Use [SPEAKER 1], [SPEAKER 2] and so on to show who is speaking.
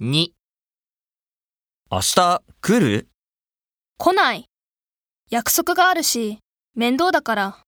[SPEAKER 1] 2、
[SPEAKER 2] 明日来る
[SPEAKER 3] 来ない。約束があるし、面倒だから。